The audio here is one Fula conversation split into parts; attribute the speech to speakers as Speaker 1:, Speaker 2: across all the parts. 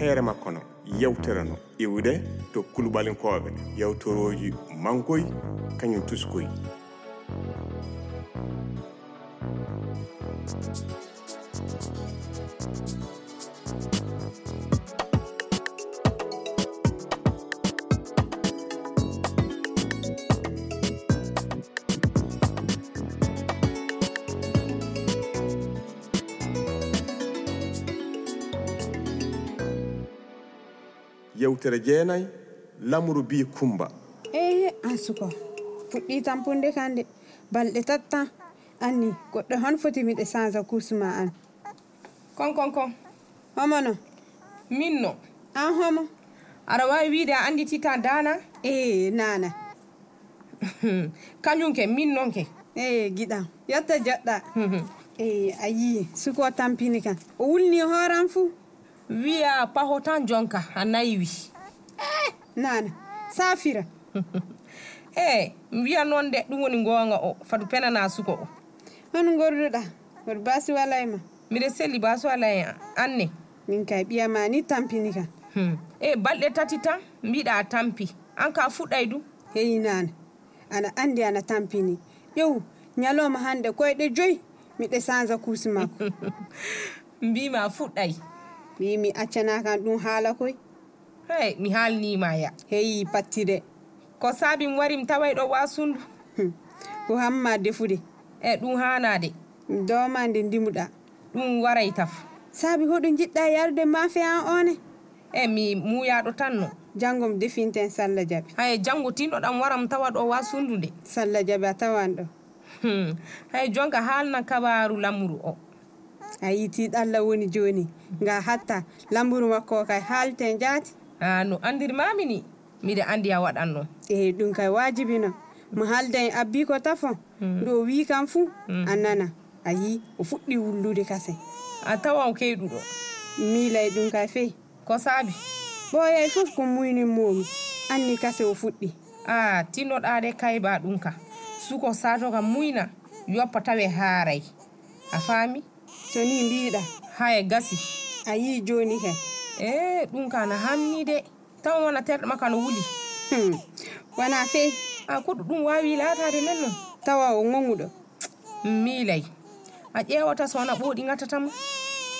Speaker 1: heere makko no yewterano iwde to kulubalinkoɓe yewtoroji mankoy kañum tuskoy yewtere jeenayi lamru bi kumba
Speaker 2: eh an suko fuɗɗi tampunde kande balɗe tattan anni goɗɗo hon foti miɗe change course ma an
Speaker 3: kon kon kon
Speaker 2: homono
Speaker 3: min no
Speaker 2: an homo
Speaker 3: aɗa wawi wiide a anditita dana
Speaker 2: eh nana
Speaker 3: kañum ke min noon ke
Speaker 2: eh giɗam yetta joɗɗa eh a yii suko tampini kan o wulni hooran fuu
Speaker 3: wiya paho tan jonka a naywi
Speaker 2: nana safira
Speaker 3: e wiya noon de ɗum woni gonga o fadu penana suko o
Speaker 2: hon gorduɗa hoto basi wala e ma
Speaker 3: miɗe selli baso ala hen anne
Speaker 2: min kay ɓiyama ni tampini kan
Speaker 3: e balɗe tati tan mbiɗa a tampi an ka fuɗɗay du
Speaker 2: heyi nana ana andi ana tampini ƴew ñalowma hande koyɗe joyi miɗe change course makko
Speaker 3: mbima fuɗɗay
Speaker 2: mimi accana kan ɗum haala koy
Speaker 3: hey mi haalnima ya
Speaker 2: heyi pattide
Speaker 3: ko saabi mi wari mi taway ɗo wasundu
Speaker 2: Hmm. ko hamma defude
Speaker 3: e ɗum hanade
Speaker 2: mi dowma nde ndimuɗa
Speaker 3: ɗum waray taf
Speaker 2: saabi hoɗo jiɗɗa yarde maafe an one
Speaker 3: e mi muuyaɗo tan no
Speaker 2: janngo mi definten salla jabi
Speaker 3: hay janngo tinɗo ɗam wara mi tawa ɗo wasundu nde
Speaker 2: salla jabi a tawan ɗo
Speaker 3: Hmm, hay jonka haalna kabaru lamru o
Speaker 2: a yiti ɗallah woni joni nga hatta lamburu makko o kay haalten jaati
Speaker 3: a Ah, no andirmami ni miɗe andi a waɗan noon
Speaker 2: e ɗum kay wajibino mo haalden e abbi ko tafon nde o wi kam fuu a nana a yi o fuɗɗi wullude kasen
Speaker 3: a tawan keyɗuɗo
Speaker 2: miila e ɗum kay fey
Speaker 3: ko saabi
Speaker 2: ɓooyay fof ko muyni momi anni kase o fuɗɗi
Speaker 3: a tinnoɗade kayba ɗum ka suko satoka muyna yoppa tawe haaray a faami
Speaker 2: so ni mbiɗa
Speaker 3: haya gasi
Speaker 2: a yi joni kay
Speaker 3: e ɗum ka na hamni de tawan wona terɗe makka no wuli
Speaker 2: Hmm. wona fey
Speaker 3: a koɗo ɗum wawi laatade nen noon
Speaker 2: tawa o ŋoŋuɗo
Speaker 3: miilay a ƴeewata so wona ɓooɗi gattatamo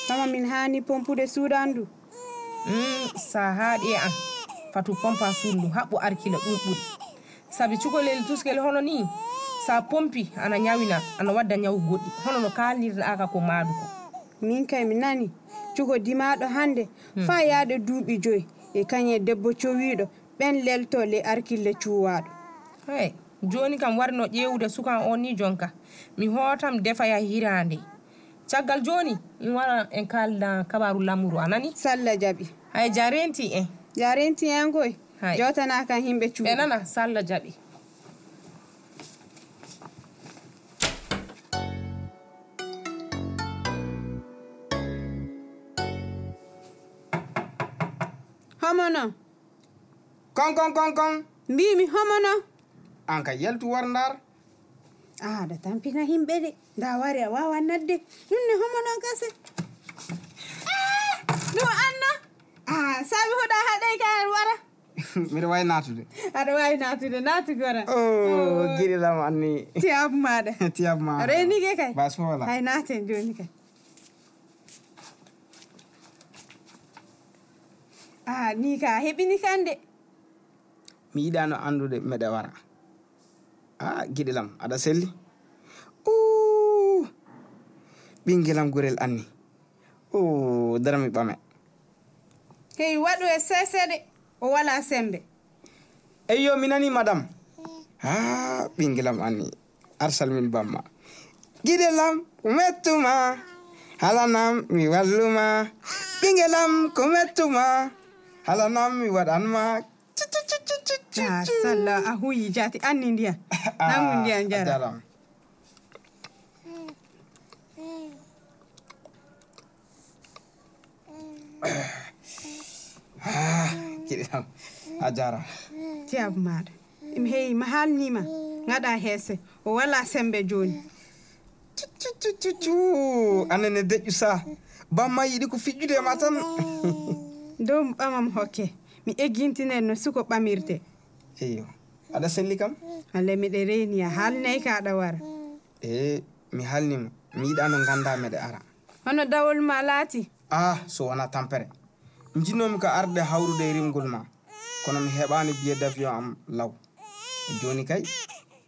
Speaker 2: tama min haani pompude suudandu
Speaker 3: sa haaɗi e an fatu pompa suudu ndu haɓɓo arkila ɗum ɓuri sabi cukalel tuskel hono ni sa pompi ana ñawina ana wadda ñawu goɗɗi hono no kalnirɗaka ko maadu ko
Speaker 2: min kay mi nani cugo dimaɗo hannde faa yahde duuɓi joyi e kañe debbo cowiiɗo ɓen lelto ley arkille cuuwaaɗo
Speaker 3: hey joni kam wari no ƴeewde sukan on ni jonka mi hootam defaya hirande caggal joni in wara en kalda kabaru lamuru anani eh,
Speaker 2: salla jaɓi
Speaker 3: hay ja renti en
Speaker 2: jarenti en koy
Speaker 3: Hay. E
Speaker 2: jotana kan yimɓe
Speaker 3: ɓe
Speaker 2: cuuɗo
Speaker 3: nana sallah jaɓi
Speaker 2: homono
Speaker 4: kon kon kon kon
Speaker 2: mbimi homono
Speaker 4: an ka yaltu war ndar
Speaker 2: aɗa tampina yimɓe de nda wari a wawan nadde ɗumne homonon kase Ah, ɗum anna Ah, saabi hoɗa haɗay ka en wara
Speaker 4: mbiɗa wawi natude
Speaker 2: aɗa wawi natude natugora
Speaker 4: o Oh, giɗilam anni
Speaker 2: tiyabu maɗa
Speaker 4: tiyab ma
Speaker 2: renige kay
Speaker 4: ba sohla
Speaker 2: hay naten joni kay a Ah, ni ka a heɓini kande
Speaker 4: mi yiɗano andude meɗe wara a giɗilam aɗa selli o ɓinguelam gurel anni o darami ɓame
Speaker 2: hey waɗu e seseɗe o wala sembe
Speaker 4: eyyo mi nani madame ha ɓinguelam anni Ah, arsal min bamma giɗelam ko mettuma halanam mi walluma ɓinguelam ko mettuma halanam mi waɗanma
Speaker 2: a salla a huyi jati anni ndiyan
Speaker 4: Ah,
Speaker 2: namu ndiyan jara
Speaker 4: jaram Ah, giɗelam a jaram
Speaker 2: tiyabu maɗa mi hey mi haalnima gaɗa heese o wala sembe joni
Speaker 4: Cu, cu, cu, cu, cu. anene deƴƴu sa bamma yiɗi ko fiƴƴude e ma tan
Speaker 2: dow ɓamam hokke mi eggintinen no suko ɓamirte
Speaker 4: eyo aɗa selli Eh, kam
Speaker 2: walla miɗe reyni a haalnayi ka aɗa wara
Speaker 4: e mi halnima mi yiɗa no ganda meɗe ara
Speaker 2: hono dawol ma laati
Speaker 4: ah so wona tampere jinnomi ko arde hawrude e rimgol ma kono mi heɓani billet d' avion am law joni kay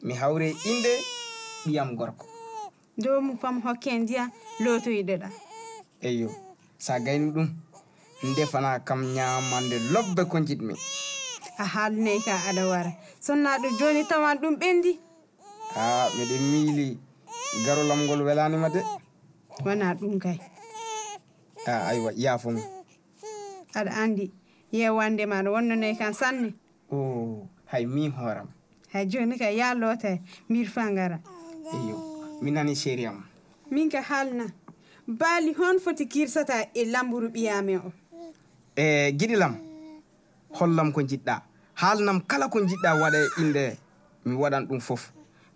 Speaker 4: mi hawre e inde ɓiyam gorko
Speaker 2: dow mu pam hokke ndiya lootoyɗoɗa
Speaker 4: eyyo sa gayni ɗum ndefana kam ñamande lobbe ko jiɗmi
Speaker 2: a haalnayi ka aɗa wara sonna ɗum joni tawan ɗum ɓendi
Speaker 4: a miɗen miili garolam ngol welanima de
Speaker 2: wona ɗum kay
Speaker 4: a aywa yaafomi
Speaker 2: aɗa andi yewande ma no wonnonoyi kan sanne
Speaker 4: o hay mi hooram
Speaker 2: hay joni ka ya loota mirfa ngara
Speaker 4: eyyo mi nani séri am
Speaker 2: min ka haalna baali hon foti kirsata e lamburu ɓiyame o
Speaker 4: e giɗilam hollam ko jiɗɗa haalnam kala ko jiɗɗa waɗa e inde mi waɗan ɗum fof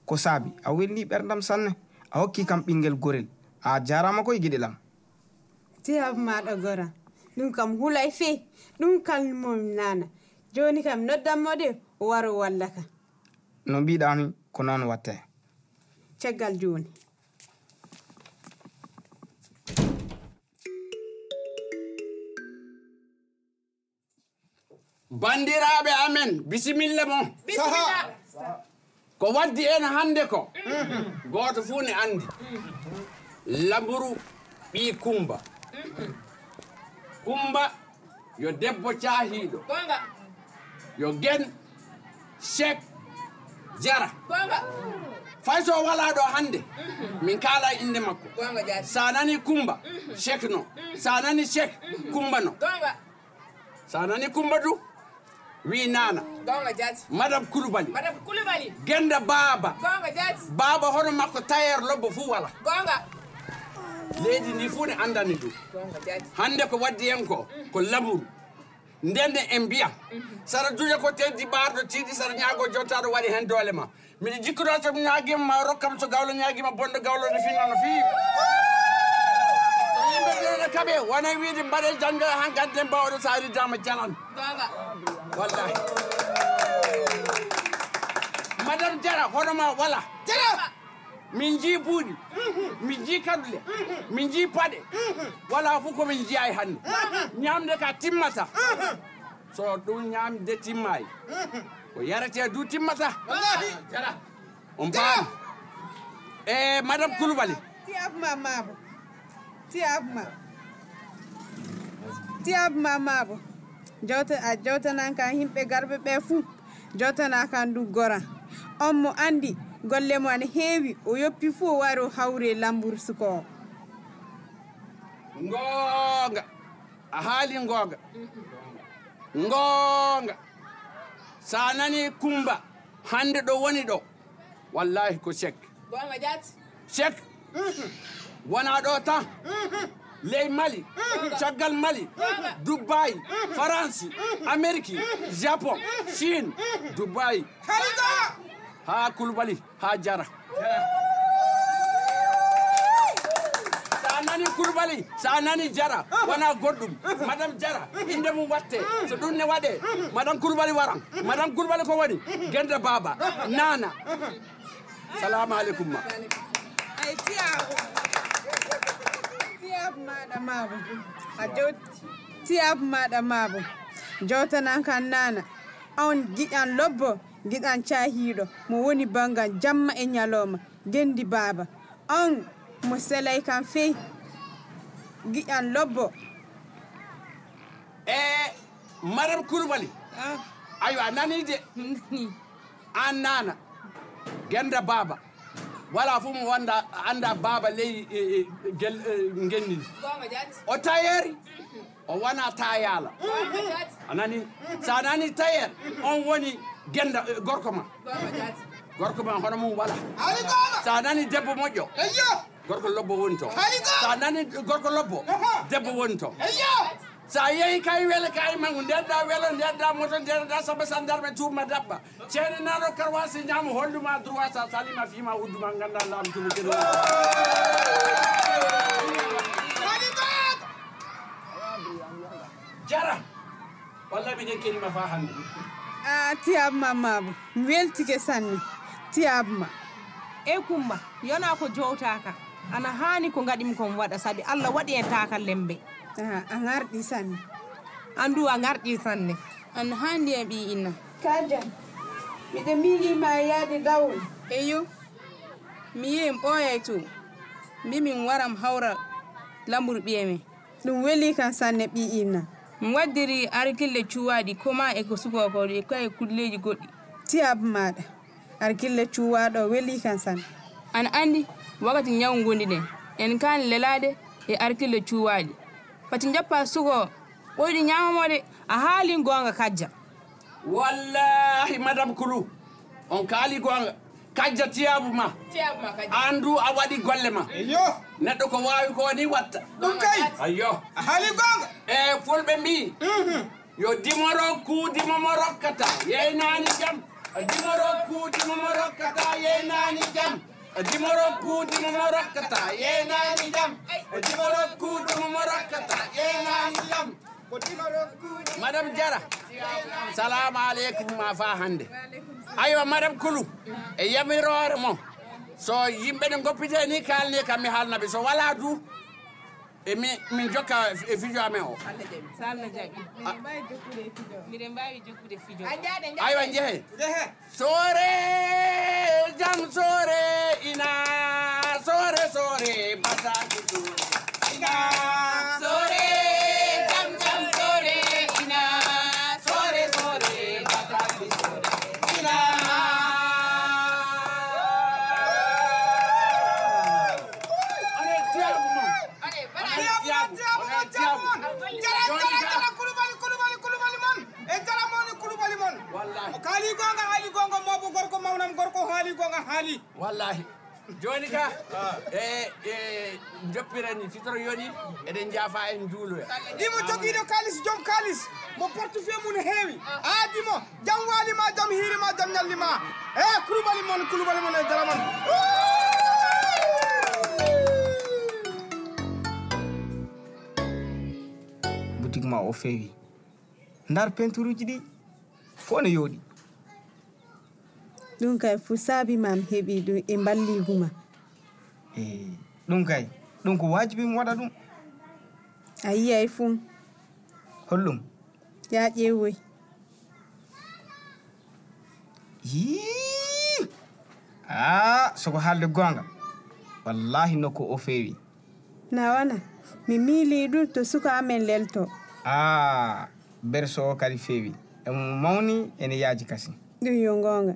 Speaker 4: ko saabi a welni ɓerdam sanne a hokki kam ɓinguel gorel a jarama koye giɗilam
Speaker 2: tiyab maɗa gora ɗum kam hulay fey ɗum kalmum nana joni kam noddanmo de o waro walla ka
Speaker 4: no mbiɗani ko noon watte
Speaker 2: caggal joni
Speaker 5: bandiraɓe amen bisimilla mo
Speaker 4: saha
Speaker 5: ko waddi en hannde ko gooto fuu ne anndi lamburu ɓii kumba kumba yo debbo caahiiɗo yo gen chek jara fay so walaa ɗo hannde min kaala e innde makko so nani kumba chek no so nani chek kumba no so nani kumba du wii naana madame kulubali genda baaba baaba hono makko tayer lobbo fuu wala leydi ndi fuu ne anndani ɗum hannde ko waddi en ko ko laburu ndenne en mbiya saɗa duja ko teddi ɓaarɗo tiiɗi saɗa ñaago jottaɗo waɗi heen doole ma miɗa jikkuɗo somi ñaagima ma rokkam so gawlo ñaagima bonɗo gawlo ne finna no feewi So yimɓe mbiɗono kaɓe wona wiide mbaɗe janngo e han gadden mbawɗo so ari dama jalan wallahi madame jara hono ma wala jara min jii buuɗi min jii kadule min jii paɗe wala fof komin jiyayi hannde ñamde ka timmata so ɗum ñamde timmayi ko yarete du timmata jara on paami e madame kulubali
Speaker 2: tiyab ma maabo tiyab ma tiyab ma maabo jawta a jawtanan kan himɓe garɓe ɓe fuu jawtana kan du gora on mo andi golle mo ana heewi o yoppi fuu o wari o hawri e lamburu suko o
Speaker 5: ngoonga a haali ngoonga ngoonga so a nani kumba hannde ɗo woni ɗo wallahi ko sek sek wona ɗo tan ley mali caggal mali dubayi france amérique japon chine dubayi ha kulbali ha jara sa nani kulbali sa nani jara wona goɗɗum madame jara inde mum watte so ɗum ne waɗe madame kulbali waran madame kulbali ko woni gende baba nana salamu aleykum ma
Speaker 2: ay tiyab tiyab maɗa maabo a jawt tiyab maɗa maabo jawtanan kan nana on giƴan lobbo giɗan cahiiɗo mo woni bangal jamma e ñalowma gendi baaba on mo selay kan fey giƴan lobbo
Speaker 5: e madame kulbali ayo a nani de an nana genda baba wala fof mo wanda anda baba eh, ley genni ndi eh, o tayeri o wona tayala a nani sa nani tayer on woni genda eh, gorko ma gorko ma hono mum wala sa nani debbo moƴƴo gorko lobbo woni to sa nani gorko lobbo debbo woni to sa yehi kay wele kay mangu ndenɗa welo ndenɗa moto ndenɗa saba sa darɓe tumma dabba ceene nano karwasi ñama holluma droit sa salima fima udduma ganda laam tumo kedi walla minen kenima fa hannde
Speaker 2: a tiyabma mabo mi weltike sanne tiyabma
Speaker 3: e kumba yona ko jowtaka ana hani ko gaɗimi kon waɗa saabi allah waɗi en taka lembe
Speaker 2: Ah, a a garɗi sanne
Speaker 3: andu a garɗi sanne an handi e ɓi inna
Speaker 2: kadam miɗe miilima e yaade gawol
Speaker 6: eyo mi yi en ɓooyay to mbi min waram hawra lamburu ɓiye men
Speaker 2: ɗum weli kan sanne ɓi inna
Speaker 6: mi waddiri arkille cuwaaɗi koma e ko sukakoɗo e ko e kulleji goɗɗi
Speaker 2: tiyab maɗa arkille cuwaɗo weli kan sanne
Speaker 6: ana anndi wakkati nyawu ngondi nden en kaani lelaade e arkille cuwaaɗi fati jappa sugo ɓoyɗi ñaamamode
Speaker 3: a haali gonga kajja
Speaker 5: wallahi madame kulu on kaali gonga kajja tiyabu ma an du a waɗi golle ma
Speaker 4: yo
Speaker 5: neɗɗo ko wawi ko ni watta
Speaker 4: ɗum kay
Speaker 5: ayyo
Speaker 4: a haali gonga
Speaker 5: e fulɓe mbi yo dimoro kuudimomo rokkata yeynani jam a dimoro kuudimomo rokkata yeynani jam a dimoro kuudimomo rokkata yeynani jam a dimoro kuudimomo rokkata yeynani jam madame diara salamu aleykum ma fa hande aywa madame kulu e yamirore mo so yimɓe ne goppite ni kalni kam mi haalnaɓe so wala du e mi min jokka e fijo amen o
Speaker 3: salna jaɓi miɗen mbawi jokkude fijo
Speaker 5: aywa jehe
Speaker 4: jehe
Speaker 5: sore jam sore ina sore sore basaki sore
Speaker 4: ina
Speaker 5: sore jam jam sore ina sore sore bataki sore ina Ane tiabu mon.
Speaker 4: Diamond, Diamond, Diamond. Jara, jara, jara, Kulubali, Kulubali, Kulubali mon. E jara moni Kulubali mon.
Speaker 5: Wallahi.
Speaker 4: Kali gonga, hali gonga, mobo gorko mawnam gorko hali gonga hali.
Speaker 5: wallahi joni ka e e joppirani fitoro yoni eh, eɗen jaafa en juuloya
Speaker 4: Dimo jogiiɗo kalis jom kalis mo portefeuille mum ne heewi. Aadimo jam waali ma jam hiiri ma jam ñalli ma. E Kulubali mon, Kulubali mon e jara mon. boutique ma o feewi ndar peinture uji ɗi fof ne yooɗi
Speaker 2: ɗum kay fu saabi ma mi heeɓi ɗum e balliguma
Speaker 4: Eh, ɗum kay ɗum ko wajibi mi waɗa ɗum
Speaker 2: a yiyay fuu
Speaker 4: hollum
Speaker 2: ya ƴeewoy
Speaker 4: Yii! a soko haalde goonga wallahi nokku o feewi
Speaker 2: na wana mi miili ɗum to suka amen lelto
Speaker 4: a berso Ah, o kadi feewi emo mawni ene yaaji kasi
Speaker 2: ɗum yo gonga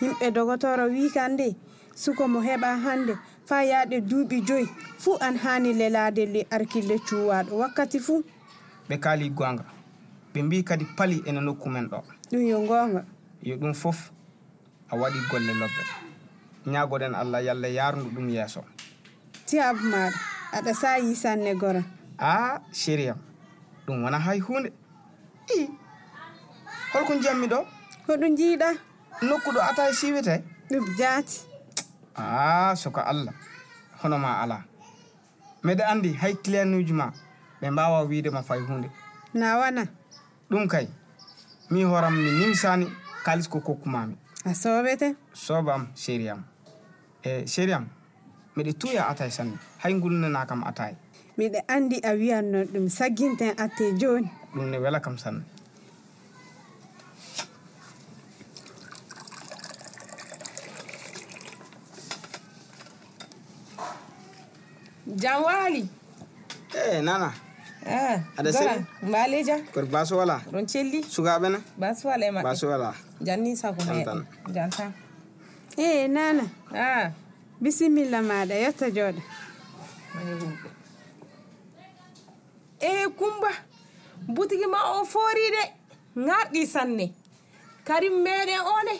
Speaker 2: yimɓe dogotoro wi kan de suko mo heɓa hande fa yaaɗe duuɓi joyi fuu an haani lelade le arkille cuwaɗo wakkati fuu
Speaker 4: ɓe kaali goonga ɓe mbi kadi pali ene nokku men ɗo
Speaker 2: ɗum yo gonga
Speaker 4: yo ɗum fof a waɗi golle lobbe ñaagoɗen allah yalla yaarndu ɗum yeeso
Speaker 2: tiyabu maɗa aɗa sayi sanne goran
Speaker 4: a séri am ɗum Ah, wona hay hunde i holko jiyammi ɗo
Speaker 2: hoɗum jiiɗa
Speaker 4: nokku ɗo ata e siwete
Speaker 2: ɗum jaati
Speaker 4: a soko allah hono ma ala mbeɗa andi hay clientuji ma ɓe mbawa widema fay hunde
Speaker 2: na wana
Speaker 4: ɗum kay mi horam mi nimsani kalis ko kokkumami
Speaker 2: a soobete
Speaker 4: sobam séri am e séri am mbiɗa tuya atay sanne hay gulnana kam atay
Speaker 2: miɗe andi a wiyanno ɗum sagginten atte joni
Speaker 4: ɗum ne wela kam sanne
Speaker 3: jam waali
Speaker 4: e nana
Speaker 3: Ah,
Speaker 4: Aɗa
Speaker 3: Zara,
Speaker 4: selli?
Speaker 3: mbaaleja
Speaker 4: kor baso wala
Speaker 3: ɗon celli
Speaker 4: sukaɓe ne
Speaker 3: baswal e maɓɓe
Speaker 4: wala
Speaker 3: janni sago
Speaker 4: Jantan.
Speaker 3: meɗen jantan
Speaker 2: e nana
Speaker 3: a
Speaker 2: bisimilla maɗa yetta jooɗa
Speaker 3: e kumba butigi ma o foori de garɗi sanne karim meɗen one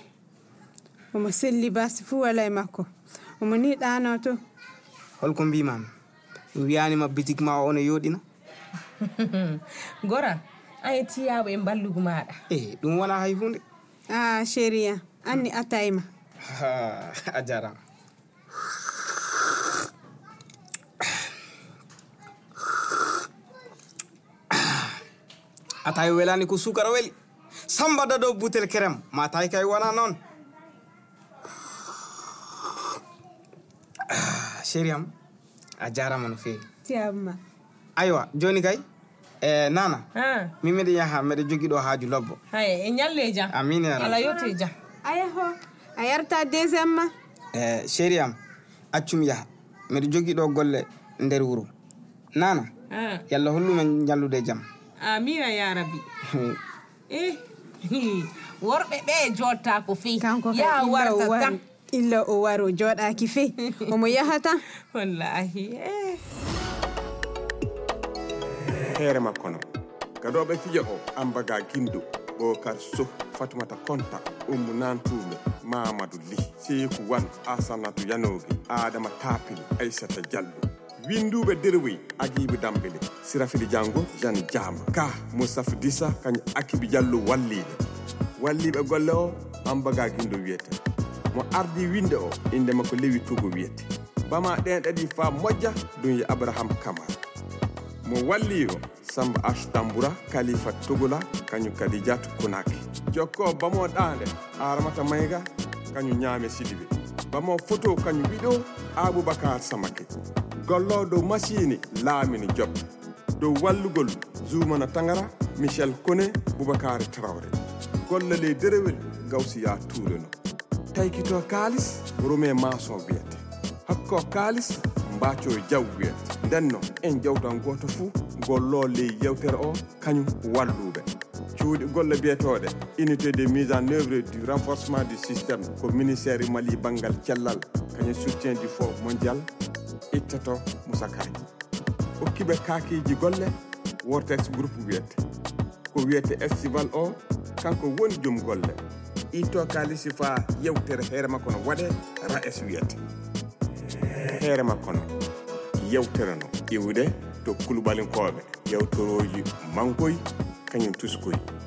Speaker 2: omo selli basi fuu wala e makko omo ni ɗano to
Speaker 4: holko mbimami mi wiyanima boutique ma o ne yooɗina
Speaker 3: gora an e tiyaɓo e ballugu maɗa
Speaker 4: e ɗum wona hay hunde
Speaker 2: a chéri an Ah, anni atta e ma
Speaker 4: Ah, a jarama a tawi welani ko sukara weli sambada dow butel kerem ma tawi kay wona noon Ah, chéri am a jarama no fewi
Speaker 2: tiyabma
Speaker 4: aywa joni kay e nana
Speaker 3: ha
Speaker 4: min miɗa yaha mbiɗa jogui ɗo haaju lobbo
Speaker 3: hay Ah. e ñalle jam
Speaker 4: amin ya
Speaker 3: ala
Speaker 4: rabbi
Speaker 3: yotte jam
Speaker 2: aya ho a yarta deuxiéme ma
Speaker 4: e chéri am accum yaha mbiɗa jogui ɗo golle nder wuuro nana
Speaker 3: ha
Speaker 4: yallah hollumen jallude jaam
Speaker 3: amina ya rabbi eh worɓe ɓe jotta ko feyi
Speaker 2: kanko kay
Speaker 3: ya
Speaker 2: illa o
Speaker 3: warta
Speaker 2: wari-
Speaker 3: tan
Speaker 2: illa o wari o joɗaki fe omo yahata
Speaker 3: wallahi eh
Speaker 1: heere makko no gadoɓe fijo o ambaga guindo bokar sow fatimata konta ummu nantuɓe mamadou ly seyku wan asanatu yanovi adama tapil aissata diallo winduɓe derwoy aguibe dambele sirafili diango jane diama ka moussafa dissa kañum akibi diallo walliɓe walliɓe golle o ambaga guindo wiyete mo ardi winde o inde makko lewi togo wiyete bama ɗen ɗaɗi fa moƴƴa ɗum yo abraham camara mo walli o samba ash tamboura kalifa togola kañum kadi diatu konaki jokko bamo ɗande aramata mayga kañum ñaame sidibe bamo photo kañum wiɗo aboubacar samake gollo dow masini laamini jobbe dow wallugol zoumana tangara michel kone boubacary trawre golle ley derewel gawsiya tuureno taykito kaalis rome maçon wiyete hakko kaalis mbaaco jaw wiyata ndenno en jawtan gooto fuu golloo ley yewtere o kañum walluɓe cuuɗi golle biyeteeɗe unité de mise en œuvre du renforcement du systéme ko ministére mali banngal cellal kañum soutien du fond mondial ittato musakaji hokkiɓe kaakeeji golle wortex groupe wiyete ko wiyete estival o kanko woni joom golle itto kaalisi faa yewtere heere makko no waɗe ra es wiyete heere makko no yewtere no iwde to kulubalinkoɓe yewtoroji mankoy kañum tuskoy